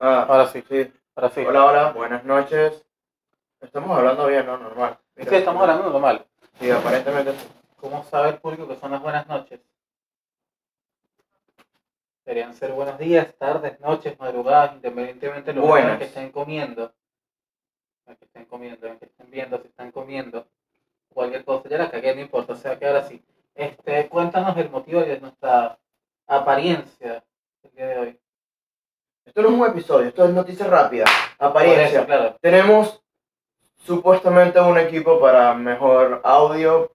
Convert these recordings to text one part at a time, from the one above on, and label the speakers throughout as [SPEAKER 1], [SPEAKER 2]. [SPEAKER 1] Ah,
[SPEAKER 2] Ahora sí,
[SPEAKER 1] sí.
[SPEAKER 2] ahora sí.
[SPEAKER 1] Hola, hola, buenas noches. Estamos hablando bien, ¿no? Normal.
[SPEAKER 2] Sí, estamos hablando normal.
[SPEAKER 1] Sí, aparentemente sí.
[SPEAKER 2] ¿Cómo sabe el público que son las buenas noches? Deberían ser buenos días, tardes, noches, madrugadas, independientemente de lo
[SPEAKER 1] Buenas.
[SPEAKER 2] que estén comiendo. Lo que estén comiendo, lo que estén viendo, si están comiendo. Cualquier cosa, ya la cagué, no importa. O sea que ahora sí. Este, cuéntanos el motivo de nuestra apariencia el día de hoy.
[SPEAKER 1] Esto no es un episodio, esto es noticias rápidas.
[SPEAKER 2] Por
[SPEAKER 1] Apariencia.
[SPEAKER 2] eso, claro.
[SPEAKER 1] Tenemos supuestamente un equipo para mejor audio.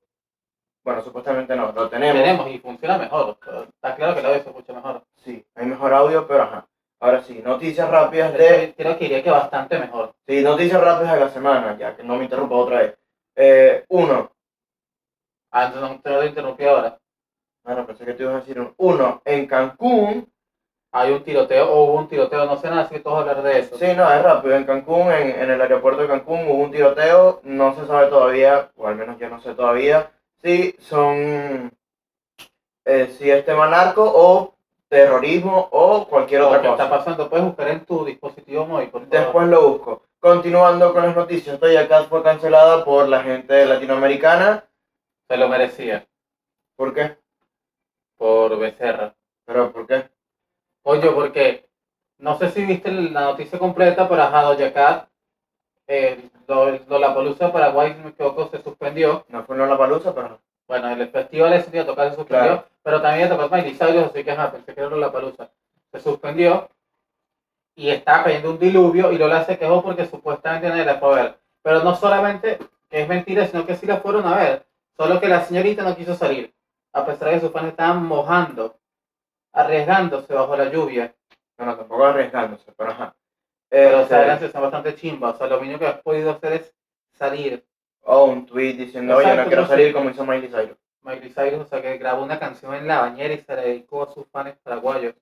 [SPEAKER 1] Bueno, supuestamente no, lo tenemos.
[SPEAKER 2] Tenemos y funciona mejor. Está claro que la vez se escucha mejor.
[SPEAKER 1] Sí, hay mejor audio, pero ajá. Ahora sí, noticias rápidas de
[SPEAKER 2] Creo que diría que bastante mejor.
[SPEAKER 1] Sí, noticias rápidas de la semana, ya que no me interrumpa otra vez. Eh, uno,
[SPEAKER 2] Antes Ah, no te lo interrumpí ahora.
[SPEAKER 1] bueno, pensé que te ibas a decir un uno, en Cancún,
[SPEAKER 2] Hay un tiroteo o hubo un tiroteo, no sé nada, así que todos hablar de eso.
[SPEAKER 1] sí, no, es rápido, en Cancún, en, en el aeropuerto de Cancún hubo un tiroteo, no se sabe todavía, o al menos yo no sé todavía, si son, eh, si es tema narco o terrorismo o cualquier
[SPEAKER 2] Lo
[SPEAKER 1] otra
[SPEAKER 2] que está
[SPEAKER 1] cosa.
[SPEAKER 2] pasando, puedes buscar en tu dispositivo móvil, por favor.
[SPEAKER 1] Después lo busco. Continuando con las noticias, Doja Cat fue cancelada por la gente latinoamericana,
[SPEAKER 2] Se lo merecía,
[SPEAKER 1] ¿por qué?
[SPEAKER 2] por Becerra.
[SPEAKER 1] Pero, ¿por qué?
[SPEAKER 2] Oye, porque no sé si viste la noticia completa, pero ajá, Doja Cat, eh, lo, la de Paraguay, si no me equivoco, se suspendió.
[SPEAKER 1] No fue la palusa, pero...
[SPEAKER 2] Bueno, el festival ese día tocar se suspendió,
[SPEAKER 1] Claro.
[SPEAKER 2] pero también iba a tocar Miley Cyrus, así que ajá, pensé que era la palusa. Se suspendió y estaba cayendo un diluvio y Lola se quejó porque supuestamente nadie la fue a ver. Pero no solamente que es mentira, sino que sí la fueron a ver, solo que la señorita no quiso salir, a pesar de que sus fans estaban mojando, arriesgándose bajo la lluvia.
[SPEAKER 1] Bueno, tampoco arriesgándose, pero ajá.
[SPEAKER 2] Pero o
[SPEAKER 1] Este,
[SPEAKER 2] sea, era una situación bastante chimba, o sea, lo mínimo que has podido hacer es salir.
[SPEAKER 1] o oh, un tweet diciendo, oye, no
[SPEAKER 2] Exacto,
[SPEAKER 1] quiero
[SPEAKER 2] no
[SPEAKER 1] salir
[SPEAKER 2] sé.
[SPEAKER 1] como hizo Miley Cyrus.
[SPEAKER 2] Miley Cyrus, o sea, que grabó una canción en la bañera y se la dedicó a sus fans paraguayos.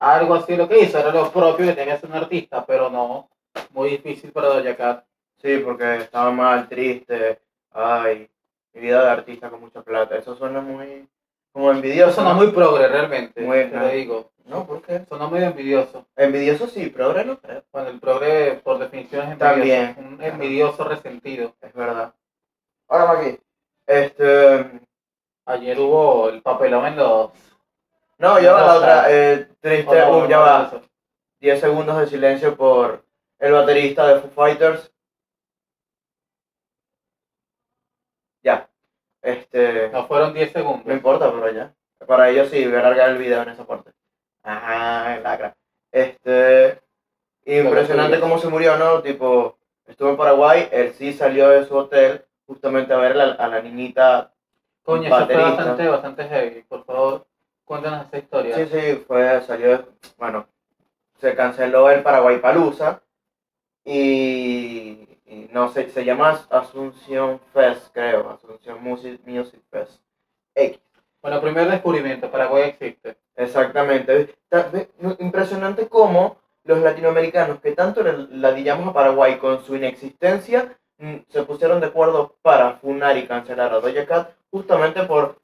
[SPEAKER 2] Algo así lo que hizo, era lo propio que tenía que hacer un artista, pero no, muy difícil para Doja Cat.
[SPEAKER 1] Sí, porque estaba mal, triste. Ay, mi vida de artista con mucha plata. Eso suena muy, como envidioso.
[SPEAKER 2] Eso no es muy progre realmente,
[SPEAKER 1] Bueno.
[SPEAKER 2] te lo digo.
[SPEAKER 1] No, ¿por qué?
[SPEAKER 2] Eso no muy envidioso.
[SPEAKER 1] Envidioso sí, pero ahora no creo.
[SPEAKER 2] Bueno, el progre por definición es envidioso.
[SPEAKER 1] También.
[SPEAKER 2] Un envidioso resentido.
[SPEAKER 1] Es verdad. Ahora, Maki. Este...
[SPEAKER 2] Ayer hubo el papelón en los...
[SPEAKER 1] No, ya va la
[SPEAKER 2] No,
[SPEAKER 1] otra.
[SPEAKER 2] está.
[SPEAKER 1] eh, triste, uh, ya va. 10 segundos de silencio por el baterista de Foo Fighters. Ya. Este...
[SPEAKER 2] No fueron 10
[SPEAKER 1] No
[SPEAKER 2] segundos.
[SPEAKER 1] importa, pero ya. Para ellos sí, voy a alargar el video en esa parte. Ajá, lacra. Este. Impresionante cómo se murió, ¿no? Tipo, estuvo en Paraguay, él sí salió de su hotel justamente a ver a la, a la niñita.
[SPEAKER 2] Coño, eso fue
[SPEAKER 1] Baterista.
[SPEAKER 2] bastante, bastante heavy. Por favor, cuéntanos esa historia.
[SPEAKER 1] Sí, sí, fue, salió de- Bueno, se canceló el Paraguay Palusa y. y No sé, se llama Asunción Fest, creo. Asunción Music, Music Fest. X.
[SPEAKER 2] Bueno, primer descubrimiento, Paraguay existe.
[SPEAKER 1] Exactamente. Ta- ve- no- Impresionante cómo los latinoamericanos que tanto le ladillamos a Paraguay con su inexistencia mm, se pusieron de acuerdo para funar y cancelar a Doja Cat justamente por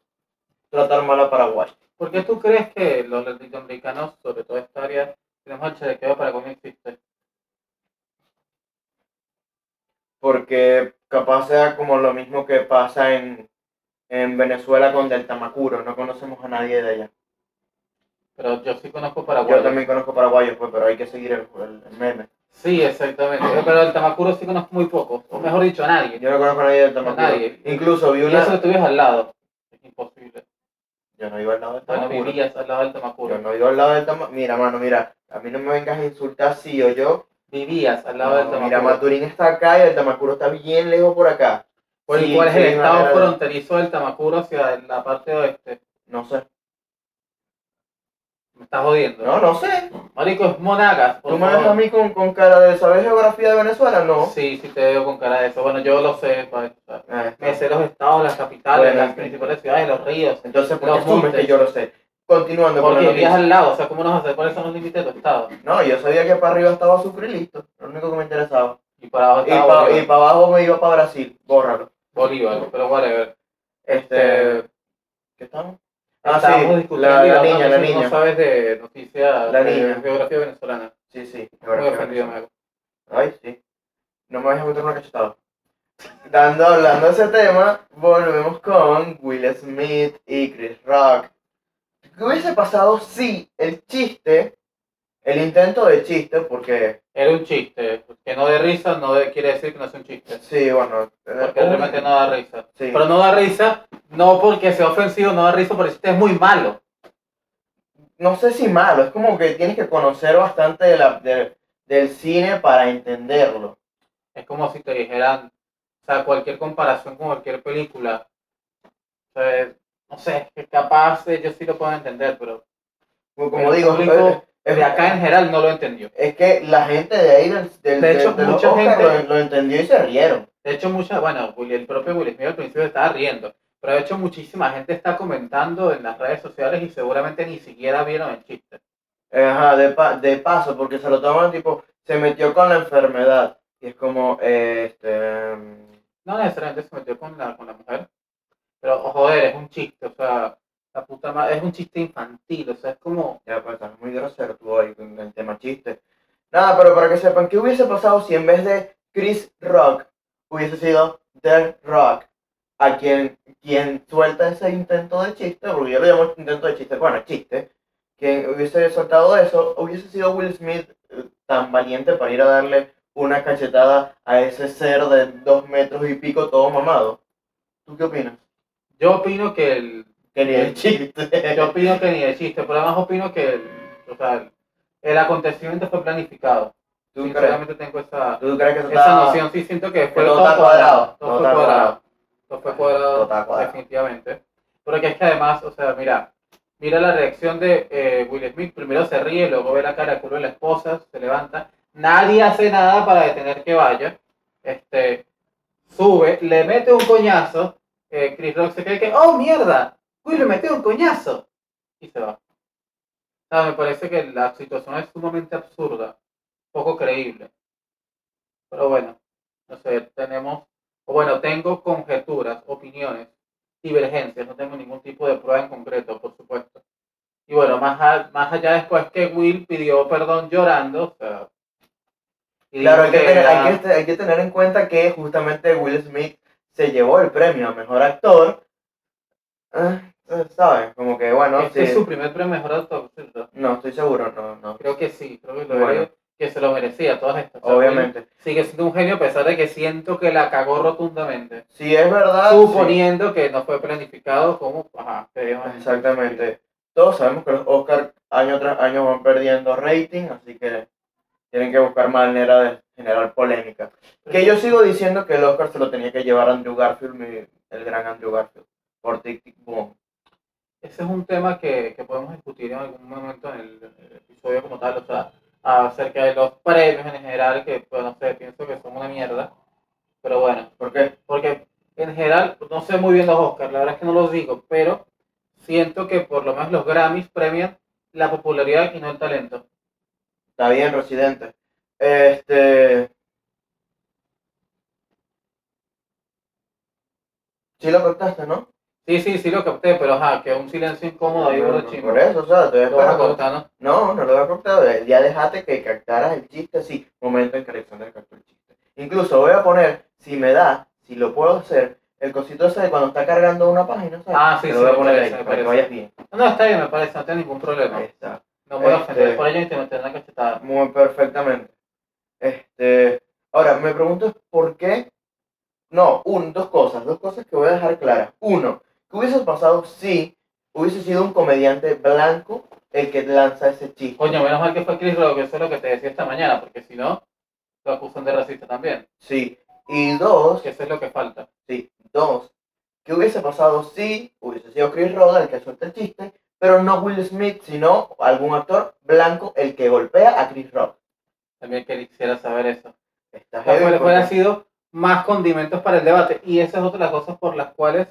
[SPEAKER 1] tratar mal a Paraguay.
[SPEAKER 2] ¿Por qué tú crees que los latinoamericanos, sobre todo esta área, tenemos el chalequeo para comer existe?
[SPEAKER 1] Porque capaz sea como lo mismo que pasa en, en Venezuela con Delta Macuro. No conocemos a nadie de allá.
[SPEAKER 2] Pero yo sí conozco
[SPEAKER 1] Yo
[SPEAKER 2] Paraguay.
[SPEAKER 1] también conozco paraguayos, pues, pero hay que seguir el, el- el meme.
[SPEAKER 2] Sí, exactamente. Pero el Tamacuro sí conozco muy poco. O mejor dicho, a nadie.
[SPEAKER 1] Yo no conozco a nadie de Delta
[SPEAKER 2] A
[SPEAKER 1] Macuro.
[SPEAKER 2] nadie.
[SPEAKER 1] Incluso vi
[SPEAKER 2] Y eso
[SPEAKER 1] una...
[SPEAKER 2] que tú vives al lado. Es imposible.
[SPEAKER 1] Yo no iba al lado de Delta
[SPEAKER 2] Bueno,
[SPEAKER 1] Macuro.
[SPEAKER 2] vivías al lado del
[SPEAKER 1] Yo
[SPEAKER 2] Tamacuro.
[SPEAKER 1] no iba al lado del Tama- Mira, mano, mira, a mí no me vengas a insultar sí o yo.
[SPEAKER 2] Vivías al lado del
[SPEAKER 1] No,
[SPEAKER 2] Tamacuro.
[SPEAKER 1] mira, Maturín está acá y el Tamacuro está bien lejos por acá.
[SPEAKER 2] ¿Cuál,
[SPEAKER 1] Sí,
[SPEAKER 2] cuál es
[SPEAKER 1] sí,
[SPEAKER 2] el
[SPEAKER 1] hay
[SPEAKER 2] estado
[SPEAKER 1] manera de-
[SPEAKER 2] fronterizo del Tamacuro hacia la parte oeste?
[SPEAKER 1] No sé.
[SPEAKER 2] Me estás jodiendo.
[SPEAKER 1] No, no sé.
[SPEAKER 2] Marico, es Monagas. por
[SPEAKER 1] ¿Tú me ves
[SPEAKER 2] favor.
[SPEAKER 1] a mí con, con cara de saber geografía de Venezuela? No.
[SPEAKER 2] Sí, sí te veo con cara de eso. Bueno, yo lo sé. pa- pa-
[SPEAKER 1] Ah,
[SPEAKER 2] Me sé los estados, las capitales,
[SPEAKER 1] Bueno,
[SPEAKER 2] las
[SPEAKER 1] ok.
[SPEAKER 2] principales ciudades, los ríos.
[SPEAKER 1] Entonces, ¿por
[SPEAKER 2] Los
[SPEAKER 1] qué asumes
[SPEAKER 2] montes.
[SPEAKER 1] que yo lo sé? Continuando con la
[SPEAKER 2] Porque vivías
[SPEAKER 1] noticia.
[SPEAKER 2] al lado, o sea, ¿cómo nos hace? ¿Cuáles son los límites de tu estado?
[SPEAKER 1] No, yo sabía que para arriba estaba Sucre y listo. Lo único que me interesaba.
[SPEAKER 2] Y para abajo
[SPEAKER 1] Y
[SPEAKER 2] estaba
[SPEAKER 1] para
[SPEAKER 2] Bolívar.
[SPEAKER 1] abajo me iba para Brasil. Bórralo.
[SPEAKER 2] Bolívar, pero whatever.
[SPEAKER 1] Este. ¿Qué estamos? Ah,
[SPEAKER 2] Estábamos
[SPEAKER 1] sí.
[SPEAKER 2] discutiendo
[SPEAKER 1] La,
[SPEAKER 2] y
[SPEAKER 1] la
[SPEAKER 2] otra
[SPEAKER 1] niña, la
[SPEAKER 2] cosa que
[SPEAKER 1] niña.
[SPEAKER 2] No sabes de noticias
[SPEAKER 1] La
[SPEAKER 2] de
[SPEAKER 1] niña.
[SPEAKER 2] geografía venezolana.
[SPEAKER 1] Sí, sí. de
[SPEAKER 2] Muy
[SPEAKER 1] verdad que me
[SPEAKER 2] ofendido,
[SPEAKER 1] parece.
[SPEAKER 2] Mago.
[SPEAKER 1] Ay, sí. No me vayas a meter una cachetada. Dando, hablando de ese tema, volvemos con Will Smith y Chris Rock. ¿Qué hubiese pasado si el chiste, el intento de chiste, porque,
[SPEAKER 2] Era un chiste. Que no dé risa no de- quiere decir que no es un chiste.
[SPEAKER 1] sí, bueno,
[SPEAKER 2] Porque realmente no da risa.
[SPEAKER 1] sí.
[SPEAKER 2] Pero no da risa, no porque sea ofensivo, no da risa porque el chiste es muy malo.
[SPEAKER 1] no sé si malo, es como que tienes que conocer bastante de la, de- del cine para entenderlo.
[SPEAKER 2] Es como si te dijeran, o sea, cualquier comparación con cualquier película. O sea, no sé, que capaz eh, yo sí lo puedo entender, pero
[SPEAKER 1] Como
[SPEAKER 2] Pero
[SPEAKER 1] digo,
[SPEAKER 2] el
[SPEAKER 1] es,
[SPEAKER 2] público
[SPEAKER 1] es-
[SPEAKER 2] de acá en general no lo entendió.
[SPEAKER 1] es que la gente de ahí, del, del-
[SPEAKER 2] De hecho,
[SPEAKER 1] los
[SPEAKER 2] mucha
[SPEAKER 1] Oscar
[SPEAKER 2] gente-
[SPEAKER 1] lo, lo entendió y se rieron.
[SPEAKER 2] De hecho, mucha, bueno, Will- el propio Will Smith al principio estaba riendo, pero de hecho muchísima gente está comentando en las redes sociales y seguramente ni siquiera vieron el chiste.
[SPEAKER 1] Ajá, de, pa- de paso, porque se lo toman tipo, se metió con la enfermedad. Y es como, eh, este... mm,
[SPEAKER 2] No necesariamente se metió con la, con la mujer, pero oh, joder, es un chiste, o sea, la puta madre, es un chiste infantil, o sea, es como...
[SPEAKER 1] Ya, pues estás muy grosero tú hoy con el tema chiste. Nada, pero para que sepan, ¿qué hubiese pasado si en vez de Chris Rock hubiese sido The Rock? A quien, quien suelta ese intento de chiste, porque yo lo llamo intento de chiste, bueno, chiste. Quien hubiese soltado eso, hubiese sido Will Smith eh, tan valiente para ir a darle una cachetada a ese ser de dos metros y pico todo mamado. ¿Tú qué opinas?
[SPEAKER 2] Yo opino que el.
[SPEAKER 1] Quería el chiste.
[SPEAKER 2] Yo opino que ni el chiste, pero además opino que el, o sea, el, el acontecimiento fue planificado.
[SPEAKER 1] ¿Tú crees,
[SPEAKER 2] Sinceramente tengo esa,
[SPEAKER 1] tú crees que eso
[SPEAKER 2] esa
[SPEAKER 1] está-
[SPEAKER 2] noción, sí siento que fue
[SPEAKER 1] todo
[SPEAKER 2] todo,
[SPEAKER 1] está cuadrado,
[SPEAKER 2] cuadrado.
[SPEAKER 1] todo
[SPEAKER 2] Todo fue
[SPEAKER 1] está
[SPEAKER 2] cuadrado.
[SPEAKER 1] cuadrado.
[SPEAKER 2] Todo fue cuadrado,
[SPEAKER 1] Todo está cuadrado.
[SPEAKER 2] definitivamente. Porque es que además, o sea, mira, mira la reacción de eh, Will Smith. Primero se ríe, luego ve la cara de culo de la esposa, se levanta. Nadie hace nada para detener que vaya. Este, sube, le mete un coñazo. eh, Chris Rock se cree que, oh mierda, Will le metió un coñazo. Y se va. O sea, me parece que la situación es sumamente absurda, poco creíble. Pero bueno, no sé, tenemos, o bueno, tengo conjeturas, opiniones, divergencias, no tengo ningún tipo de prueba en concreto, por supuesto. Y bueno, más, a- más allá después que Will pidió perdón llorando, o sea, y
[SPEAKER 1] Claro, hay
[SPEAKER 2] dijo
[SPEAKER 1] que, tener,
[SPEAKER 2] era-
[SPEAKER 1] hay, que, hay que tener en cuenta que justamente Will Smith se llevó el premio a mejor actor. Ah, ¿Sabes? Como que, bueno,
[SPEAKER 2] Este es
[SPEAKER 1] sí.
[SPEAKER 2] su primer premio mejor actor, ¿cierto?
[SPEAKER 1] No, estoy seguro, no, no.
[SPEAKER 2] Creo que sí, creo que, lo
[SPEAKER 1] Bueno.
[SPEAKER 2] veo, que se lo merecía todas estas. O sea,
[SPEAKER 1] Obviamente.
[SPEAKER 2] Sigue siendo un genio a pesar de que siento que la cagó rotundamente.
[SPEAKER 1] Si es verdad. sí.
[SPEAKER 2] Suponiendo que no fue planificado como... Ajá, que digamos-
[SPEAKER 1] Exactamente. Todos sabemos que los Oscars año tras año van perdiendo rating, así que tienen que buscar manera de generar polémica. Que yo sigo diciendo que el Oscar se lo tenía que llevar Andrew Garfield, mi- el gran Andrew Garfield, por Tic Tic Boom.
[SPEAKER 2] Ese es un tema que, que podemos discutir en algún momento en el eh, episodio como tal, o sea, acerca de los premios en general, que pues, no sé, pienso que son una mierda. Pero bueno,
[SPEAKER 1] ¿Por qué?
[SPEAKER 2] porque en general no sé muy bien los Oscars, la verdad es que no los digo, pero siento que por lo menos los Grammys premian la popularidad y no el talento.
[SPEAKER 1] Está bien, residente. Este. Sí lo cortaste, ¿no?
[SPEAKER 2] Sí, sí, sí lo capté, pero ajá, que un silencio incómodo ahí
[SPEAKER 1] No,
[SPEAKER 2] por
[SPEAKER 1] no,
[SPEAKER 2] chimbo.
[SPEAKER 1] Por eso, o sea, te
[SPEAKER 2] Lo vas a
[SPEAKER 1] espero.
[SPEAKER 2] cortar, ¿no?
[SPEAKER 1] No, no lo había cortado. Ya dejaste que captaras el chiste, sí. Momento en que Alexander captó el chiste. Incluso voy a poner, si me da, si lo puedo hacer, el cosito ese de cuando está cargando una página, ¿sabes?
[SPEAKER 2] Ah, sí,
[SPEAKER 1] Te
[SPEAKER 2] sí,
[SPEAKER 1] lo voy a
[SPEAKER 2] me
[SPEAKER 1] poner ahí,
[SPEAKER 2] parece, me
[SPEAKER 1] para que
[SPEAKER 2] parece.
[SPEAKER 1] vayas bien.
[SPEAKER 2] No, está bien, me parece, no tengo ningún
[SPEAKER 1] Ahí
[SPEAKER 2] problema.
[SPEAKER 1] está.
[SPEAKER 2] No me voy a
[SPEAKER 1] Este-
[SPEAKER 2] ofender por ello ni te meteré una cachetada.
[SPEAKER 1] Muy perfectamente. Este, ahora, me pregunto es por qué. No, un, dos cosas, dos cosas que voy a dejar claras. Uno, ¿qué hubiese pasado si hubiese sido un comediante blanco el que lanza ese chiste?
[SPEAKER 2] Coño, menos mal que fue Chris Rock, eso es lo que te decía esta mañana, porque si no, lo acusan de racista también,
[SPEAKER 1] Sí. Y dos,
[SPEAKER 2] que eso es lo que falta.
[SPEAKER 1] sí, dos, ¿qué hubiese pasado si hubiese sido Chris Rock el que suelta el chiste, pero no Will Smith, sino algún actor blanco el que golpea a Chris Rock?
[SPEAKER 2] También quisiera saber eso.
[SPEAKER 1] Está
[SPEAKER 2] Ojalá
[SPEAKER 1] heavy
[SPEAKER 2] fuera-
[SPEAKER 1] porque-
[SPEAKER 2] fuera sido más condimentos para el debate. Y esa es otra de las cosas por las cuales,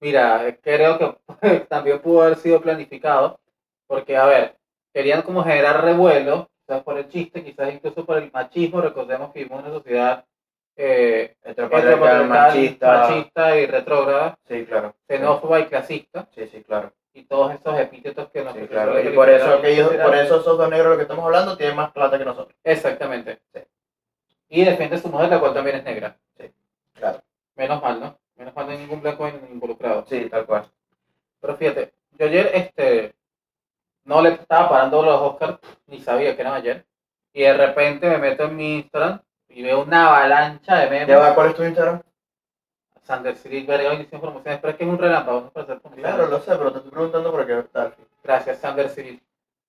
[SPEAKER 2] mira, eh, creo que también pudo haber sido planificado, porque, a ver, querían como generar revuelo, quizás por el chiste, quizás incluso por el machismo. Recordemos que vivimos en una sociedad eh,
[SPEAKER 1] Heteropatriarcal,
[SPEAKER 2] heteropatriarcal,
[SPEAKER 1] machista.
[SPEAKER 2] machista y retrógrada,
[SPEAKER 1] Sí, claro.
[SPEAKER 2] xenófoba y clasista.
[SPEAKER 1] Sí, sí, claro.
[SPEAKER 2] y todos esos epítetos que nos
[SPEAKER 1] Sí,
[SPEAKER 2] pusieron
[SPEAKER 1] claro.
[SPEAKER 2] la
[SPEAKER 1] Y por eso,
[SPEAKER 2] calificación
[SPEAKER 1] que ellos,
[SPEAKER 2] general.
[SPEAKER 1] por eso esos dos negros de los que estamos hablando tienen más plata que nosotros.
[SPEAKER 2] Exactamente.
[SPEAKER 1] Sí.
[SPEAKER 2] Y defiende a su mujer, la cual también es negra.
[SPEAKER 1] Sí, claro.
[SPEAKER 2] Menos mal, ¿no? Menos mal no hay ningún blanco involucrado.
[SPEAKER 1] Sí, tal cual.
[SPEAKER 2] Pero fíjate, yo ayer este, no le estaba parando los Oscars, ni sabía que eran ayer. Y de repente me meto en mi Instagram y veo una avalancha de memes.
[SPEAKER 1] Ya va, ¿cuál es tu Instagram?
[SPEAKER 2] Sander Silver, hoy inició informaciones, pero es que es un relámpago, no es para hacer publicidad.
[SPEAKER 1] Claro, lo sé, pero te estoy preguntando por qué está.
[SPEAKER 2] Gracias, Sander Cyril.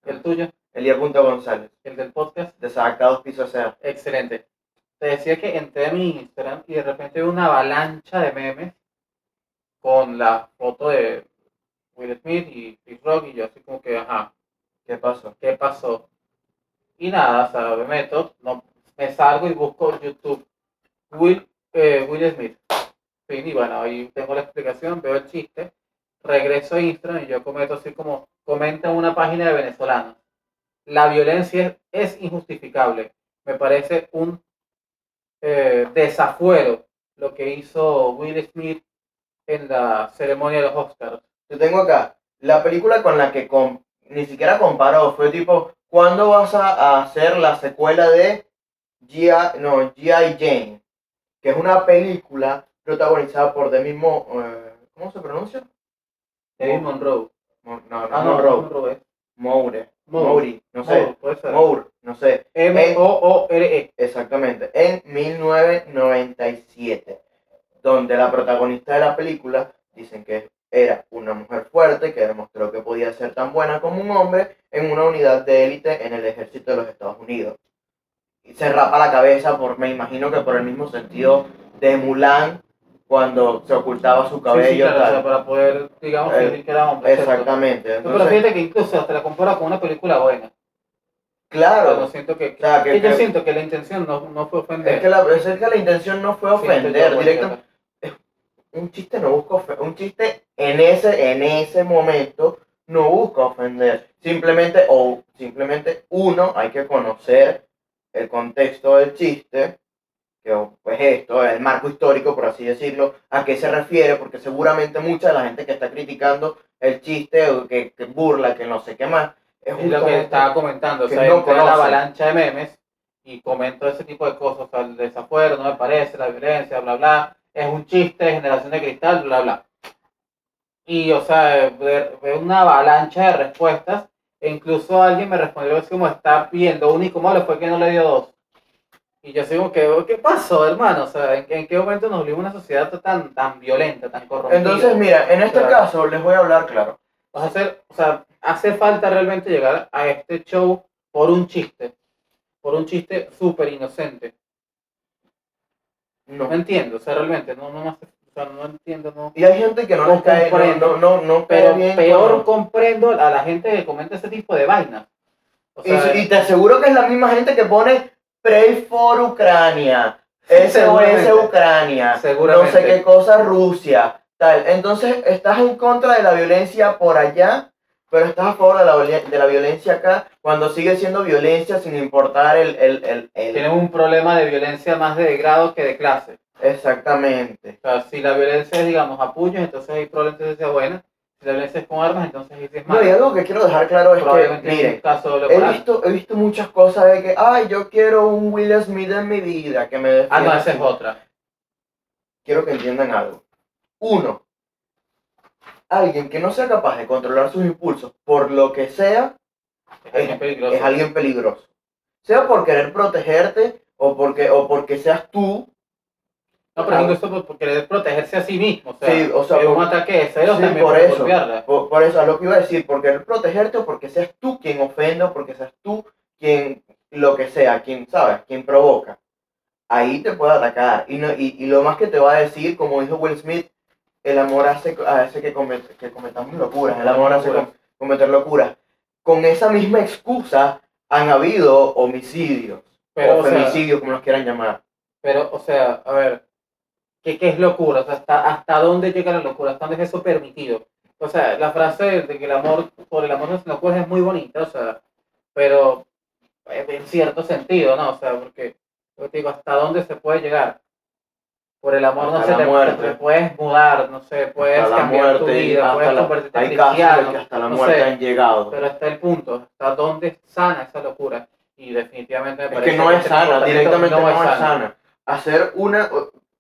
[SPEAKER 2] El tuyo,
[SPEAKER 1] Elía Punta González,
[SPEAKER 2] el del podcast,
[SPEAKER 1] desactados piso sea.
[SPEAKER 2] excelente. Te decía que entré a mi Instagram y de repente veo una avalancha de memes con la foto de Will Smith y Chris Rock y yo así como que, ajá,
[SPEAKER 1] ¿Qué pasó?
[SPEAKER 2] ¿qué pasó? Y nada, o sea, me meto, no, me salgo y busco YouTube Will, eh, Will Smith. Fin, y bueno, ahí tengo la explicación, veo el chiste, regreso a Instagram y yo cometo así como, comenta una página de venezolanos. La violencia es, es injustificable. Me parece un eh, desafuero lo que hizo Will Smith en la ceremonia de los Oscars.
[SPEAKER 1] Yo tengo acá la película con la que com- ni siquiera comparó. Fue tipo, ¿cuándo vas a a hacer la secuela de G.I. No, G.I. Jane? Que es una película protagonizada por Demi Mo... eh, ¿Cómo se pronuncia?
[SPEAKER 2] David Monroe.
[SPEAKER 1] Mo- no, no,
[SPEAKER 2] Ah, no,
[SPEAKER 1] Monroe.
[SPEAKER 2] Monroe. es
[SPEAKER 1] Moure.
[SPEAKER 2] Monroe.
[SPEAKER 1] Mouri, no sé.
[SPEAKER 2] Monroe, puede ser.
[SPEAKER 1] Moure, no sé. E.
[SPEAKER 2] M-O-O-R-E.
[SPEAKER 1] Exactamente, en 1997, donde la protagonista de la película dicen que era una mujer fuerte que demostró que podía ser tan buena como un hombre en una unidad de élite en el ejército de los Estados Unidos. Y se rapa la cabeza por, me imagino que por el mismo sentido de Mulan cuando se ocultaba su
[SPEAKER 2] Sí, sí,
[SPEAKER 1] cabello.
[SPEAKER 2] claro, o sea,
[SPEAKER 1] tal.
[SPEAKER 2] para poder, digamos,
[SPEAKER 1] Eh,
[SPEAKER 2] decir que era hombre. ¿cierto?
[SPEAKER 1] Exactamente,
[SPEAKER 2] No,
[SPEAKER 1] entonces,
[SPEAKER 2] pero fíjate que incluso hasta la compara con una película buena.
[SPEAKER 1] claro,
[SPEAKER 2] No siento que,
[SPEAKER 1] o sea, que-
[SPEAKER 2] que yo
[SPEAKER 1] que-
[SPEAKER 2] siento que la intención no, no fue ofender.
[SPEAKER 1] es que la, es que la intención no fue
[SPEAKER 2] Siento yo,
[SPEAKER 1] ofender,
[SPEAKER 2] bueno,
[SPEAKER 1] directamente. un chiste no busca ofe- un chiste en ese en ese momento no busca ofender simplemente o simplemente uno hay que conocer el contexto del chiste que o- pues esto el marco histórico por así decirlo a qué se refiere porque seguramente mucha de la gente que está criticando el chiste o que, que burla que no sé qué más es
[SPEAKER 2] Es lo que
[SPEAKER 1] justamente-
[SPEAKER 2] estaba comentando, o
[SPEAKER 1] que
[SPEAKER 2] sea,
[SPEAKER 1] no
[SPEAKER 2] entra la
[SPEAKER 1] conoce.
[SPEAKER 2] avalancha de memes y comento ese tipo de cosas, o sea, el desafuero, no me parece, la violencia, bla, bla, es un chiste, generación de cristal, bla, bla. Y, o sea, ve- veo una avalancha de respuestas, e incluso alguien me respondió así como, está bien, lo único malo fue que no le dio dos. Y yo así como que, ¿qué pasó, hermano? O sea, ¿en, en qué momento nos vive una sociedad tan, tan violenta, tan corrompida?
[SPEAKER 1] entonces mira en este
[SPEAKER 2] Claro.
[SPEAKER 1] caso les voy a hablar claro
[SPEAKER 2] Vas a hacer, o sea, hace falta realmente llegar a este show por un chiste. Por un chiste súper inocente.
[SPEAKER 1] no
[SPEAKER 2] No entiendo, o sea, realmente, no, no, me hace- o sea, no entiendo, no.
[SPEAKER 1] y hay gente que no
[SPEAKER 2] No
[SPEAKER 1] les cae no
[SPEAKER 2] comprendo.
[SPEAKER 1] no no, no cae
[SPEAKER 2] Pero
[SPEAKER 1] bien
[SPEAKER 2] peor
[SPEAKER 1] cuando-
[SPEAKER 2] comprendo a la gente que comenta ese tipo de vainas. O
[SPEAKER 1] Y,
[SPEAKER 2] sea,
[SPEAKER 1] y te aseguro que es la misma gente que pone Pray for Ucrania, SOS
[SPEAKER 2] Seguramente.
[SPEAKER 1] Ucrania, no
[SPEAKER 2] seguramente.
[SPEAKER 1] sé qué cosa Rusia, tal. Entonces estás en contra de la violencia por allá, pero estás a favor de la, violen- de la violencia acá, cuando sigue siendo violencia sin importar el... el, el- el-
[SPEAKER 2] Tienen un problema de violencia más de grado que de clase.
[SPEAKER 1] Exactamente.
[SPEAKER 2] O sea, si la violencia es, digamos, a puños, entonces hay probablemente que sea buena. Si la violencia es con armas, entonces ahí sí es
[SPEAKER 1] No, y
[SPEAKER 2] mala.
[SPEAKER 1] algo que quiero dejar claro es que,
[SPEAKER 2] Probablemente es
[SPEAKER 1] miren,
[SPEAKER 2] un caso de doble
[SPEAKER 1] he
[SPEAKER 2] moral.
[SPEAKER 1] visto, he visto muchas cosas de que, ay, yo quiero un Will Smith en mi vida, que me
[SPEAKER 2] Ah, no,
[SPEAKER 1] defienda".
[SPEAKER 2] esa es otra.
[SPEAKER 1] quiero que entiendan algo. Uno, alguien que no sea capaz de controlar sus impulsos por lo que sea,
[SPEAKER 2] Es, alguien peligroso.
[SPEAKER 1] es alguien peligroso. Sea por querer protegerte o porque, o porque seas tú.
[SPEAKER 2] No, pero incluso por, por querer protegerse a sí mismo. O sea,
[SPEAKER 1] Ah, Sí, o sea,
[SPEAKER 2] de un
[SPEAKER 1] por-
[SPEAKER 2] ataque de celos
[SPEAKER 1] sí,
[SPEAKER 2] también
[SPEAKER 1] por
[SPEAKER 2] puede
[SPEAKER 1] eso.
[SPEAKER 2] golpearla.
[SPEAKER 1] Por, por eso, a lo que iba a decir, por querer protegerte o porque seas tú quien ofenda o porque seas tú quien, lo que sea, quien, ¿sabes? Quien provoca. Ahí te puede atacar. Y, no, y, y lo más que te va a decir, como dijo Will Smith, el amor hace, hace que, comet- que cometamos locuras. El amor hace com- cometer locuras. Con esa misma excusa han habido homicidios
[SPEAKER 2] Pero,
[SPEAKER 1] o
[SPEAKER 2] o sea,
[SPEAKER 1] femicidios, como los quieran llamar.
[SPEAKER 2] pero, o sea, a ver, ¿qué, qué es locura? O sea, ¿hasta, ¿hasta dónde llega la locura? ¿Hasta dónde es eso permitido? O sea, la frase de, de que el amor, por el amor no se locura es muy bonita, o sea, pero eh, en cierto sentido, ¿no? O sea, porque, yo te digo, ¿hasta dónde se puede llegar? Por el amor no
[SPEAKER 1] Hasta
[SPEAKER 2] sé,
[SPEAKER 1] la
[SPEAKER 2] te,
[SPEAKER 1] muerte.
[SPEAKER 2] te puedes mudar, no sé, puedes
[SPEAKER 1] hasta la
[SPEAKER 2] cambiar tu
[SPEAKER 1] muerte,
[SPEAKER 2] vida,
[SPEAKER 1] hasta
[SPEAKER 2] puedes
[SPEAKER 1] la-
[SPEAKER 2] convertirte en
[SPEAKER 1] hay casos de que
[SPEAKER 2] cristiano.
[SPEAKER 1] hasta la
[SPEAKER 2] no
[SPEAKER 1] muerte
[SPEAKER 2] sé.
[SPEAKER 1] han llegado.
[SPEAKER 2] Pero está el punto, hasta dónde sana esa locura. Y definitivamente me
[SPEAKER 1] Es
[SPEAKER 2] parece
[SPEAKER 1] que no es
[SPEAKER 2] este
[SPEAKER 1] sana,
[SPEAKER 2] comportamiento
[SPEAKER 1] directamente no, es sana. Hacer una,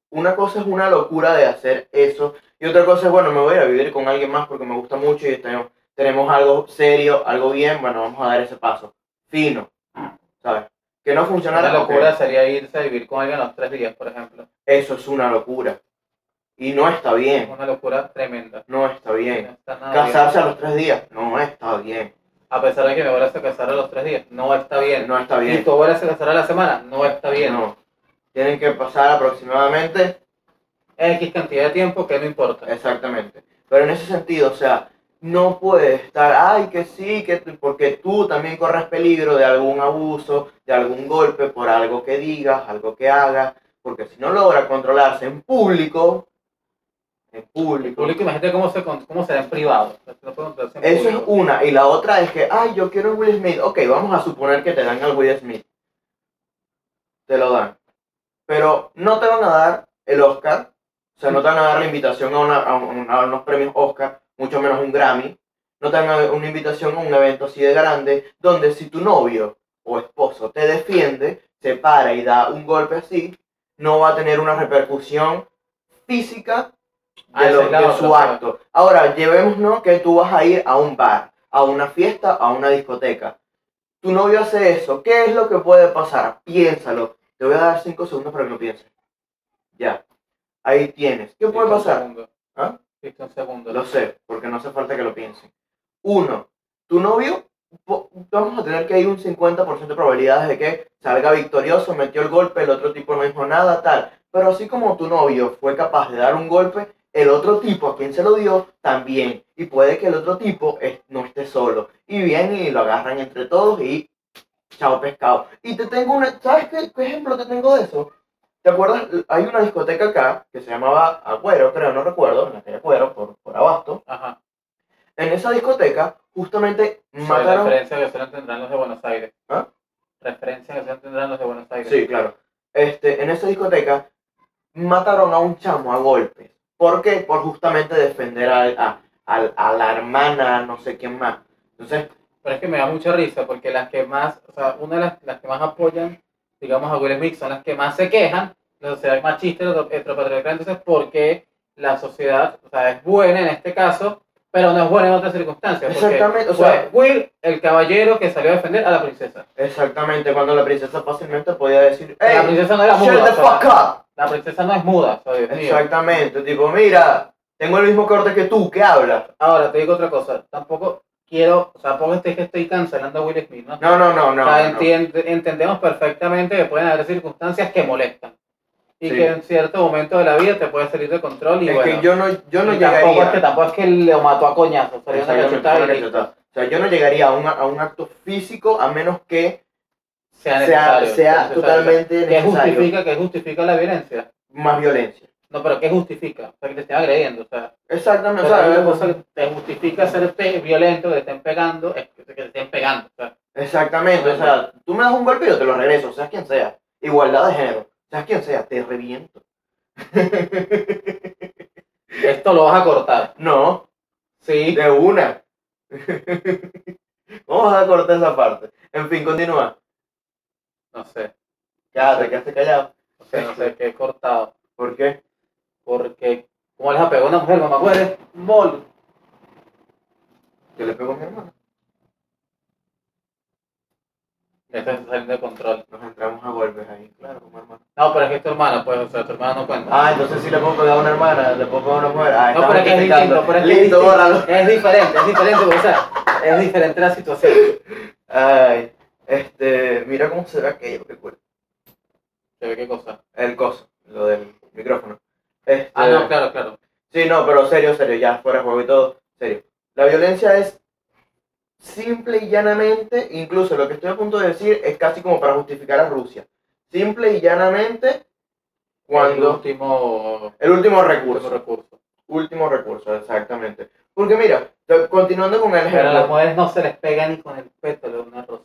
[SPEAKER 1] una cosa es una locura de hacer eso, y otra cosa es, bueno, me voy a ir a vivir con alguien más porque me gusta mucho y tenemos, tenemos algo serio, algo bien, bueno, vamos a dar ese paso. Fino, ¿sabes? Que no funcionara.
[SPEAKER 2] Una
[SPEAKER 1] ok,
[SPEAKER 2] locura sería irse a vivir con alguien a los tres días, por ejemplo.
[SPEAKER 1] Eso es una locura. Y no está
[SPEAKER 2] Es
[SPEAKER 1] bien,
[SPEAKER 2] una locura tremenda.
[SPEAKER 1] no está bien.
[SPEAKER 2] No está nada
[SPEAKER 1] Casarse
[SPEAKER 2] bien.
[SPEAKER 1] a los tres días, no está bien,
[SPEAKER 2] A pesar de que mi abuela se casara a los tres días, no está bien.
[SPEAKER 1] no está
[SPEAKER 2] Y
[SPEAKER 1] bien.
[SPEAKER 2] tu abuela se casara a la semana, no está bien.
[SPEAKER 1] No. Tienen que pasar aproximadamente
[SPEAKER 2] X cantidad de tiempo que no importa.
[SPEAKER 1] Exactamente. Pero en ese sentido, o sea, no puede estar, ay, que sí, que tú", porque tú también corres peligro de algún abuso, de algún golpe por algo que digas, algo que hagas, porque si no logra controlarse en público, en
[SPEAKER 2] El
[SPEAKER 1] público,
[SPEAKER 2] público, imagínate cómo, se, con- cómo será en privado. O sea, no puedo entrarse en
[SPEAKER 1] eso es
[SPEAKER 2] público.
[SPEAKER 1] una, y la otra es que, ay, yo quiero un Will Smith, ok, vamos a suponer que te dan al Will Smith, te lo dan, pero no te van a dar el Oscar, o sea, no te van a dar la invitación a, una- a un- a unos premios Oscar, mucho menos un Grammy, no te van a dar una invitación a un evento así de grande, donde si tu novio o esposo te defiende, se para y da un golpe así, no va a tener una repercusión física
[SPEAKER 2] Ah,
[SPEAKER 1] de,
[SPEAKER 2] esa
[SPEAKER 1] lo-
[SPEAKER 2] es la
[SPEAKER 1] de
[SPEAKER 2] otra,
[SPEAKER 1] su
[SPEAKER 2] o sea,
[SPEAKER 1] acto. Ahora, llevémonos que tú vas a ir a un bar, a una fiesta, a una discoteca. Tu novio hace eso. ¿Qué es lo que puede pasar? Piénsalo. Te voy a dar cinco segundos para que lo pienses. Ya. Ahí tienes. ¿Qué
[SPEAKER 2] Viste
[SPEAKER 1] puede
[SPEAKER 2] un
[SPEAKER 1] pasar?
[SPEAKER 2] segundo.
[SPEAKER 1] ¿Ah?
[SPEAKER 2] Viste un segundo.
[SPEAKER 1] Lo sé, porque no hace falta que lo piensen. Uno, tu novio, po- vamos a tener que hay un 50% de probabilidades de que salga victorioso, metió el golpe, el otro tipo no dijo nada, tal. Pero así como tu novio fue capaz de dar un golpe, el otro tipo a quien se lo dio también. Y puede que el otro tipo es- no esté solo. Y vienen y lo agarran entre todos y chao pescado. Y te tengo una, ¿sabes qué, qué ejemplo te tengo de eso? ¿Te acuerdas? Hay una discoteca acá que se llamaba Agüero, creo, no recuerdo, en la calle Agüero, por, por Abasto.
[SPEAKER 2] Ajá.
[SPEAKER 1] En esa discoteca, justamente
[SPEAKER 2] Mataron.
[SPEAKER 1] mataron.
[SPEAKER 2] Referencia que solo tendrán los de Buenos Aires.
[SPEAKER 1] ¿Ah?
[SPEAKER 2] Referencia que solo tendrán los de Buenos Aires.
[SPEAKER 1] Sí, claro. Este, en esa discoteca, mataron a un chamo a golpes. ¿Por qué? Por justamente defender al- a, al- a la hermana, no sé quién más. Entonces,
[SPEAKER 2] Pero es que me da mucha risa porque las que más, o sea, una de las, las que más apoyan, digamos, a Will Smith son las que más se quejan, la sociedad machista, heteropatriarcal, entonces, ¿por qué la sociedad, o sea, es buena en este caso, pero no es buena en otras circunstancias? Porque
[SPEAKER 1] exactamente, o
[SPEAKER 2] fue
[SPEAKER 1] sea,
[SPEAKER 2] Will el caballero que salió a defender a la princesa.
[SPEAKER 1] exactamente cuando la princesa fácilmente podía decir,
[SPEAKER 2] la
[SPEAKER 1] ¡Ey!
[SPEAKER 2] princesa no era
[SPEAKER 1] ¡Shut
[SPEAKER 2] muda,
[SPEAKER 1] the
[SPEAKER 2] o sea,
[SPEAKER 1] fuck up!
[SPEAKER 2] la princesa no es muda, o sea, Dios mío.
[SPEAKER 1] Exactamente, tipo, mira, tengo el mismo corte que tú, ¿qué hablas?
[SPEAKER 2] Ahora, te digo otra cosa, tampoco quiero, o sea, tampoco es que estoy cancelando a Will Smith, ¿no?
[SPEAKER 1] No, no, no, no.
[SPEAKER 2] O sea,
[SPEAKER 1] no.
[SPEAKER 2] entien- entendemos perfectamente que pueden haber circunstancias que molestan y
[SPEAKER 1] Sí.
[SPEAKER 2] que en cierto momento de la vida te puede salir de control y
[SPEAKER 1] Es
[SPEAKER 2] bueno.
[SPEAKER 1] que yo no, yo no
[SPEAKER 2] y tampoco es
[SPEAKER 1] llegaría.
[SPEAKER 2] que tampoco es que lo mató a coñazos, salió una
[SPEAKER 1] Exactamente,
[SPEAKER 2] cachetada
[SPEAKER 1] una
[SPEAKER 2] y listo,
[SPEAKER 1] cachetada. O sea, yo no llegaría a un, a un acto físico a menos que sea,
[SPEAKER 2] sea necesario.
[SPEAKER 1] sea
[SPEAKER 2] necesario.
[SPEAKER 1] totalmente
[SPEAKER 2] que
[SPEAKER 1] necesario
[SPEAKER 2] justifica que justifica la violencia.
[SPEAKER 1] más violencia.
[SPEAKER 2] No, pero que justifica, o sea, que te estén agrediendo, o sea,
[SPEAKER 1] Exactamente, o
[SPEAKER 2] pero
[SPEAKER 1] sea,
[SPEAKER 2] hay una
[SPEAKER 1] es-
[SPEAKER 2] cosa que te justifica ser pe- violento, que te estén pegando, es que que te estén pegando, o sea,
[SPEAKER 1] exactamente, o sea, tú me das un golpe y yo te lo regreso, seas quien sea. Igualdad de género, seas quien sea, te reviento.
[SPEAKER 2] esto lo vas a cortar.
[SPEAKER 1] No,
[SPEAKER 2] Sí.
[SPEAKER 1] de una. Vamos a cortar esa parte. En fin, continúa.
[SPEAKER 2] No sé,
[SPEAKER 1] Ya, te quedaste callado.
[SPEAKER 2] no sé, no sé qué he cortado.
[SPEAKER 1] ¿Por qué?
[SPEAKER 2] Porque, como les apegó una mujer, mamá, muere, bol.
[SPEAKER 1] Yo le pego a mi hermano.
[SPEAKER 2] Esto está saliendo de control.
[SPEAKER 1] Nos entramos a golpes ahí, claro, como hermano.
[SPEAKER 2] No, pero es que es tu hermana, pues, o sea, tu hermana no cuenta.
[SPEAKER 1] Ah, entonces sí le puedo pegar a una hermana, le puedo pegar a una mujer. Ah,
[SPEAKER 2] no, pero es que es
[SPEAKER 1] justificando.
[SPEAKER 2] distinto, pero es que es
[SPEAKER 1] Lindo,
[SPEAKER 2] distinto.
[SPEAKER 1] bórralo.
[SPEAKER 2] Es diferente, es diferente, porque, o sea, es diferente la situación.
[SPEAKER 1] Ay, este, mira cómo se ve aquello, qué cool.
[SPEAKER 2] Se ve qué cosa.
[SPEAKER 1] El coso, lo del micrófono. Este,
[SPEAKER 2] Ah, no, claro, claro.
[SPEAKER 1] Sí, no, pero serio, serio, ya, fuera de juego y todo, serio. La violencia es simple y llanamente, incluso lo que estoy a punto de decir es casi como para justificar a Rusia. Simple y llanamente,
[SPEAKER 2] El
[SPEAKER 1] cuando...
[SPEAKER 2] último
[SPEAKER 1] El último
[SPEAKER 2] último
[SPEAKER 1] recurso.
[SPEAKER 2] recurso.
[SPEAKER 1] Último recurso, exactamente. Porque mira, t- continuando con el
[SPEAKER 2] Pero a
[SPEAKER 1] ejemplo...
[SPEAKER 2] las mujeres no se les pega ni con el pétalo de una rosa.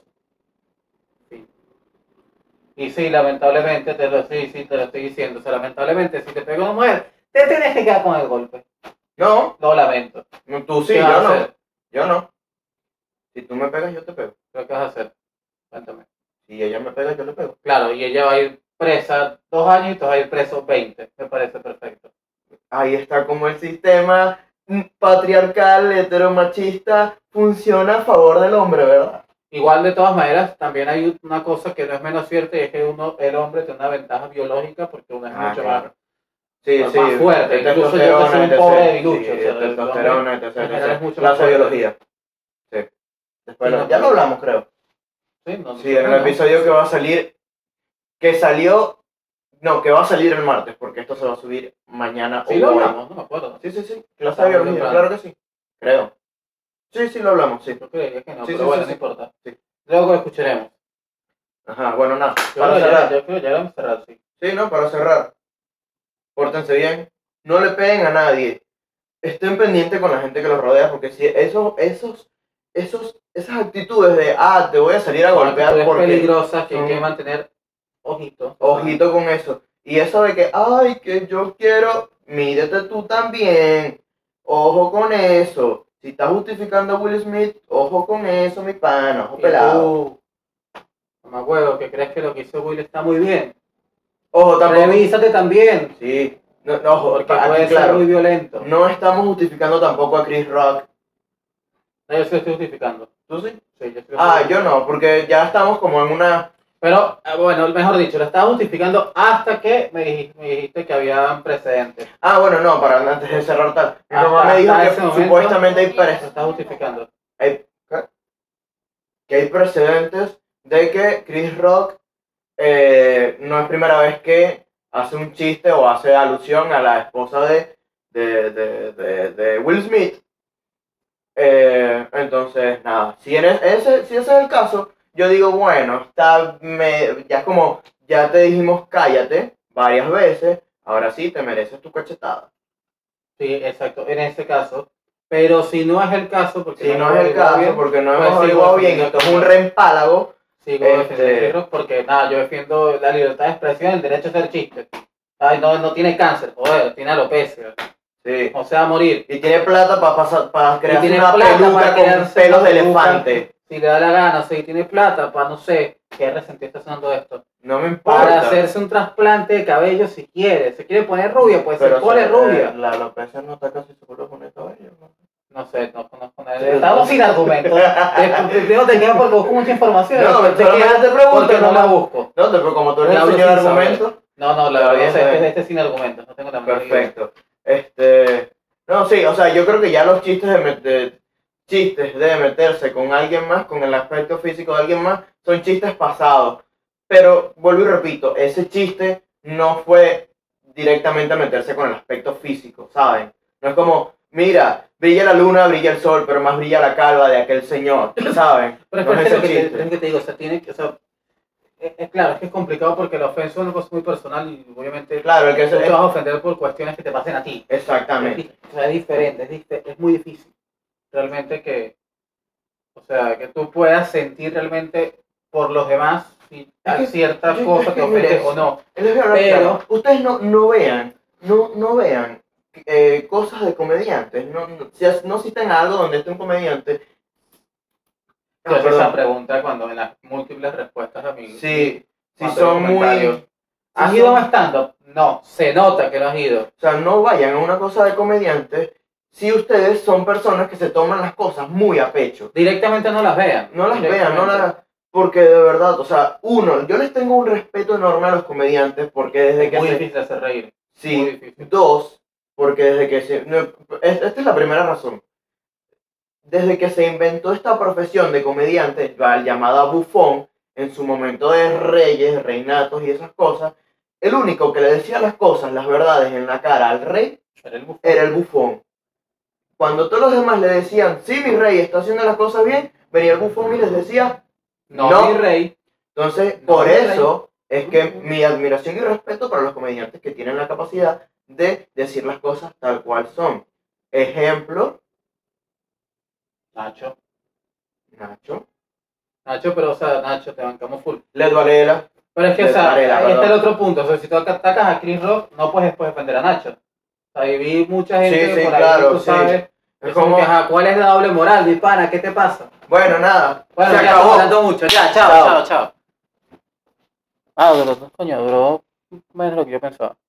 [SPEAKER 2] Y sí, lamentablemente, te lo, sí, sí, te lo estoy diciendo. O sea, lamentablemente, si te pega una mujer, te tienes que quedar con el golpe.
[SPEAKER 1] No,
[SPEAKER 2] Lo lamento.
[SPEAKER 1] no, tú sí,
[SPEAKER 2] ¿Qué vas
[SPEAKER 1] yo
[SPEAKER 2] a
[SPEAKER 1] no.
[SPEAKER 2] hacer?
[SPEAKER 1] Yo no. Si tú me pegas, yo te pego.
[SPEAKER 2] ¿Pero ¿Qué vas a hacer? Cuéntame.
[SPEAKER 1] Si ella me pega, yo le pego.
[SPEAKER 2] Claro, y ella va a ir presa dos años y tú vas a ir preso 20. Me parece perfecto.
[SPEAKER 1] Ahí está como el sistema mm, patriarcal, heteromachista, funciona a favor del hombre, ¿verdad?
[SPEAKER 2] Igual, de todas maneras, también hay una cosa que no es menos cierta y es que uno, el hombre tiene una ventaja biológica porque uno es
[SPEAKER 1] Ah,
[SPEAKER 2] mucho
[SPEAKER 1] claro.
[SPEAKER 2] más.
[SPEAKER 1] Sí,
[SPEAKER 2] Más
[SPEAKER 1] sí.
[SPEAKER 2] fuerte, incluso yo que soy un
[SPEAKER 1] testosterona, etc.
[SPEAKER 2] pobre debilucho,
[SPEAKER 1] Sí,
[SPEAKER 2] o sea,
[SPEAKER 1] testosterona, etc,
[SPEAKER 2] en general es
[SPEAKER 1] etc.
[SPEAKER 2] mucho
[SPEAKER 1] La
[SPEAKER 2] más fuerte.
[SPEAKER 1] biología. Sí. Después lo-
[SPEAKER 2] Sí, no,
[SPEAKER 1] ya lo
[SPEAKER 2] pero-
[SPEAKER 1] hablamos, creo.
[SPEAKER 2] Sí, no,
[SPEAKER 1] Sí, en el episodio que va a salir, que salió, no, que va a salir el martes, porque esto se va a subir mañana
[SPEAKER 2] Sí, lo
[SPEAKER 1] hoy.
[SPEAKER 2] hablamos, no me acuerdo.
[SPEAKER 1] Sí, sí, sí. Clase
[SPEAKER 2] Está
[SPEAKER 1] de
[SPEAKER 2] muy
[SPEAKER 1] biología,
[SPEAKER 2] temprano.
[SPEAKER 1] claro que sí. Creo. Sí, sí, lo hablamos, sí.
[SPEAKER 2] Yo creía que no,
[SPEAKER 1] Sí,
[SPEAKER 2] pero
[SPEAKER 1] sí,
[SPEAKER 2] bueno,
[SPEAKER 1] sí,
[SPEAKER 2] no
[SPEAKER 1] sí.
[SPEAKER 2] importa.
[SPEAKER 1] Sí.
[SPEAKER 2] Luego lo escucharemos.
[SPEAKER 1] Ajá, bueno, nada.
[SPEAKER 2] Yo
[SPEAKER 1] Para
[SPEAKER 2] creo que ya,
[SPEAKER 1] cerrar.
[SPEAKER 2] yo creo que ya lo hemos cerrado, sí.
[SPEAKER 1] Sí, no, para cerrar. Pórtense bien. No le peguen a nadie. Estén pendientes con la gente que los rodea, porque si esos, esos, esos, esas actitudes de, ah, te voy a salir a golpear
[SPEAKER 2] Actitudes
[SPEAKER 1] porque...
[SPEAKER 2] peligrosas que hay que
[SPEAKER 1] son-
[SPEAKER 2] mantener ojito.
[SPEAKER 1] Ojito con eso. Y eso de que, ay, que yo quiero, mídete tú también. Ojo con eso. Si estás justificando a Will Smith, ojo con eso, mi pana, ojo
[SPEAKER 2] Y
[SPEAKER 1] pelado.
[SPEAKER 2] tú, Mamá huevo, que crees que lo que hizo Will está muy bien.
[SPEAKER 1] Ojo tampoco.
[SPEAKER 2] Revísate también.
[SPEAKER 1] Sí, no, no ojo,
[SPEAKER 2] Porque
[SPEAKER 1] aquí,
[SPEAKER 2] puede ser
[SPEAKER 1] claro. Mm.
[SPEAKER 2] muy violento. No.
[SPEAKER 1] No estamos justificando tampoco a Chris Rock.
[SPEAKER 2] Yo sí lo estoy justificando.
[SPEAKER 1] ¿Tú sí?
[SPEAKER 2] Sí, yo sí lo
[SPEAKER 1] Ah,
[SPEAKER 2] estoy-
[SPEAKER 1] yo no, porque ya estamos como en una...
[SPEAKER 2] Pero, ah, bueno, mejor dicho, lo estaba justificando hasta que me dijiste, me dijiste que había precedentes.
[SPEAKER 1] Ah, bueno, no, para antes de cerrar tal. Mi
[SPEAKER 2] Hasta-
[SPEAKER 1] mamá me dijo
[SPEAKER 2] hasta
[SPEAKER 1] que
[SPEAKER 2] ese momento-
[SPEAKER 1] supuestamente hay,
[SPEAKER 2] Lo
[SPEAKER 1] pre-
[SPEAKER 2] estaba justificando.
[SPEAKER 1] que hay precedentes de que Chris Rock eh, no es primera vez que hace un chiste o hace alusión a la esposa de, de, de, de- de Will Smith. Eh, entonces, nada, si, en es- ese, si ese es el caso, yo digo, bueno, está, me, ya es como, ya te dijimos cállate varias veces, ahora sí te mereces tu cachetada.
[SPEAKER 2] Sí, exacto, en ese caso. Pero si no es el caso, porque
[SPEAKER 1] Si no es
[SPEAKER 2] lo
[SPEAKER 1] el
[SPEAKER 2] averiguado
[SPEAKER 1] caso,
[SPEAKER 2] bien,
[SPEAKER 1] porque no
[SPEAKER 2] pues
[SPEAKER 1] hemos
[SPEAKER 2] sí,
[SPEAKER 1] averiguado
[SPEAKER 2] bueno,
[SPEAKER 1] bien,
[SPEAKER 2] no
[SPEAKER 1] esto es
[SPEAKER 2] tengo-
[SPEAKER 1] un reempálago.
[SPEAKER 2] sigo defendiendo
[SPEAKER 1] Este-
[SPEAKER 2] el rock porque nada, yo defiendo la libertad de expresión, el derecho a hacer chistes. Ay, no, no tiene cáncer, joder, tiene alopecia.
[SPEAKER 1] Sí.
[SPEAKER 2] O sea, va a morir.
[SPEAKER 1] Y tiene plata para pasar, para crear
[SPEAKER 2] tiene
[SPEAKER 1] una
[SPEAKER 2] plata
[SPEAKER 1] peluca
[SPEAKER 2] para
[SPEAKER 1] con
[SPEAKER 2] crearse
[SPEAKER 1] pelos
[SPEAKER 2] una
[SPEAKER 1] de
[SPEAKER 2] peluca.
[SPEAKER 1] elefante.
[SPEAKER 2] Si le da la gana, si tiene plata, para no sé, qué resentido está sonando esto.
[SPEAKER 1] No me
[SPEAKER 2] Para
[SPEAKER 1] importa.
[SPEAKER 2] hacerse un trasplante de cabello si quiere. Se quiere poner rubia, pues se pone
[SPEAKER 1] se-
[SPEAKER 2] rubia.
[SPEAKER 1] La alopecia no está casi seguro con esto. ¿eh? ¿no?
[SPEAKER 2] No sé, no conozco nada. Estamos sin argumentos. Te- Primero te quedas porque busco mucha información.
[SPEAKER 1] No,
[SPEAKER 2] después te
[SPEAKER 1] pero
[SPEAKER 2] quedas
[SPEAKER 1] te pregunto,
[SPEAKER 2] porque no
[SPEAKER 1] no
[SPEAKER 2] la
[SPEAKER 1] la-
[SPEAKER 2] busco.
[SPEAKER 1] No, pero como tú eres
[SPEAKER 2] Yo
[SPEAKER 1] el
[SPEAKER 2] hablo
[SPEAKER 1] señor
[SPEAKER 2] sin saber.
[SPEAKER 1] argumento.
[SPEAKER 2] No, no, la
[SPEAKER 1] Claro,
[SPEAKER 2] verdad,
[SPEAKER 1] no
[SPEAKER 2] este,
[SPEAKER 1] sé.
[SPEAKER 2] este, este es sin argumentos. No tengo la menor idea.
[SPEAKER 1] Perfecto. Este. No, sí, o sea, yo creo que ya los chistes de, met- de- chistes de meterse con alguien más, con el aspecto físico de alguien más, son chistes pasados. Pero vuelvo y repito, ese chiste no fue directamente a meterse con el aspecto físico, ¿saben? No es como, mira, brilla la luna, brilla el sol, pero más brilla la calva de aquel señor, ¿saben?
[SPEAKER 2] Pero es
[SPEAKER 1] No
[SPEAKER 2] que
[SPEAKER 1] es
[SPEAKER 2] es lo
[SPEAKER 1] ese
[SPEAKER 2] que te,
[SPEAKER 1] chiste.
[SPEAKER 2] es lo que te digo, o sea, tiene que, o sea, es, es claro, es que es complicado porque la ofensa es una cosa muy personal y obviamente
[SPEAKER 1] Claro, el que
[SPEAKER 2] tú te
[SPEAKER 1] se...
[SPEAKER 2] vas a ofender por cuestiones que te pasen a ti. Es,
[SPEAKER 1] Exactamente.
[SPEAKER 2] di- o sea, es diferente, es, dif- es muy difícil realmente que, o sea, que tú puedas sentir realmente por los demás si
[SPEAKER 1] Es que-
[SPEAKER 2] ciertas
[SPEAKER 1] yo- es
[SPEAKER 2] cosas
[SPEAKER 1] que
[SPEAKER 2] te ofenden
[SPEAKER 1] mira,
[SPEAKER 2] o no.
[SPEAKER 1] Les voy a hablar
[SPEAKER 2] Pero-
[SPEAKER 1] claro. ustedes no, no vean, no, no vean eh, cosas de comediantes. No, no, si as- no citan algo donde esté un comediante. Ah,
[SPEAKER 2] Entonces
[SPEAKER 1] perdón.
[SPEAKER 2] esa pregunta cuando en las múltiples respuestas a mi...
[SPEAKER 1] Sí, si
[SPEAKER 2] cuando
[SPEAKER 1] son
[SPEAKER 2] hay comentarios,
[SPEAKER 1] muy.
[SPEAKER 2] ¿Has
[SPEAKER 1] si
[SPEAKER 2] ido
[SPEAKER 1] son-
[SPEAKER 2] a stand No, se nota que no has ido.
[SPEAKER 1] O sea, no vayan a una cosa de comediantes si ustedes son personas que se toman las cosas muy a pecho.
[SPEAKER 2] Directamente no las vean.
[SPEAKER 1] No las vean, no
[SPEAKER 2] Directamente.
[SPEAKER 1] las. Porque de verdad, o sea, uno, yo les tengo un respeto enorme a los comediantes porque desde que.
[SPEAKER 2] muy
[SPEAKER 1] se-
[SPEAKER 2] difícil hacer reír.
[SPEAKER 1] sí,
[SPEAKER 2] Muy difícil.
[SPEAKER 1] Dos, porque desde que se... no, es- esta es la primera razón. Desde que se inventó esta profesión de comediante, la llamada bufón, en su momento de reyes, reinatos y esas cosas, el único que le decía las cosas, las verdades en la cara al rey
[SPEAKER 2] Era el bufón.
[SPEAKER 1] era el bufón. Cuando todos los demás le decían, sí, mi rey está haciendo las cosas bien, venía el bufón y les decía.
[SPEAKER 2] No,
[SPEAKER 1] No.
[SPEAKER 2] mi rey.
[SPEAKER 1] Entonces,
[SPEAKER 2] No,
[SPEAKER 1] por
[SPEAKER 2] mi rey.
[SPEAKER 1] eso es que mi admiración y respeto para los comediantes que tienen la capacidad de decir las cosas tal cual son. Ejemplo,
[SPEAKER 2] Nacho.
[SPEAKER 1] Nacho,
[SPEAKER 2] Nacho, pero o sea, Nacho, te bancamos full.
[SPEAKER 1] Led Varela,
[SPEAKER 2] Pero es que, o
[SPEAKER 1] De
[SPEAKER 2] sea,
[SPEAKER 1] Varela,
[SPEAKER 2] ahí está el
[SPEAKER 1] perdón.
[SPEAKER 2] otro punto. O sea, si tú atacas a Chris Rock, no puedes después defender a Nacho. O sea, ahí vi mucha gente
[SPEAKER 1] Sí, sí,
[SPEAKER 2] por ahí,
[SPEAKER 1] claro,
[SPEAKER 2] tú
[SPEAKER 1] sí.
[SPEAKER 2] sabes.
[SPEAKER 1] Es
[SPEAKER 2] Es
[SPEAKER 1] como,
[SPEAKER 2] como que, ajá, ¿cuál es la doble moral, mi pana? ¿Qué te pasa?
[SPEAKER 1] bueno, nada,
[SPEAKER 2] Bueno,
[SPEAKER 1] se
[SPEAKER 2] ya
[SPEAKER 1] acabó.
[SPEAKER 2] estamos hablando mucho.
[SPEAKER 1] Chao.
[SPEAKER 2] Ya, chao, chao, chao. Ah, duró, coño, duró menos de lo que yo pensaba.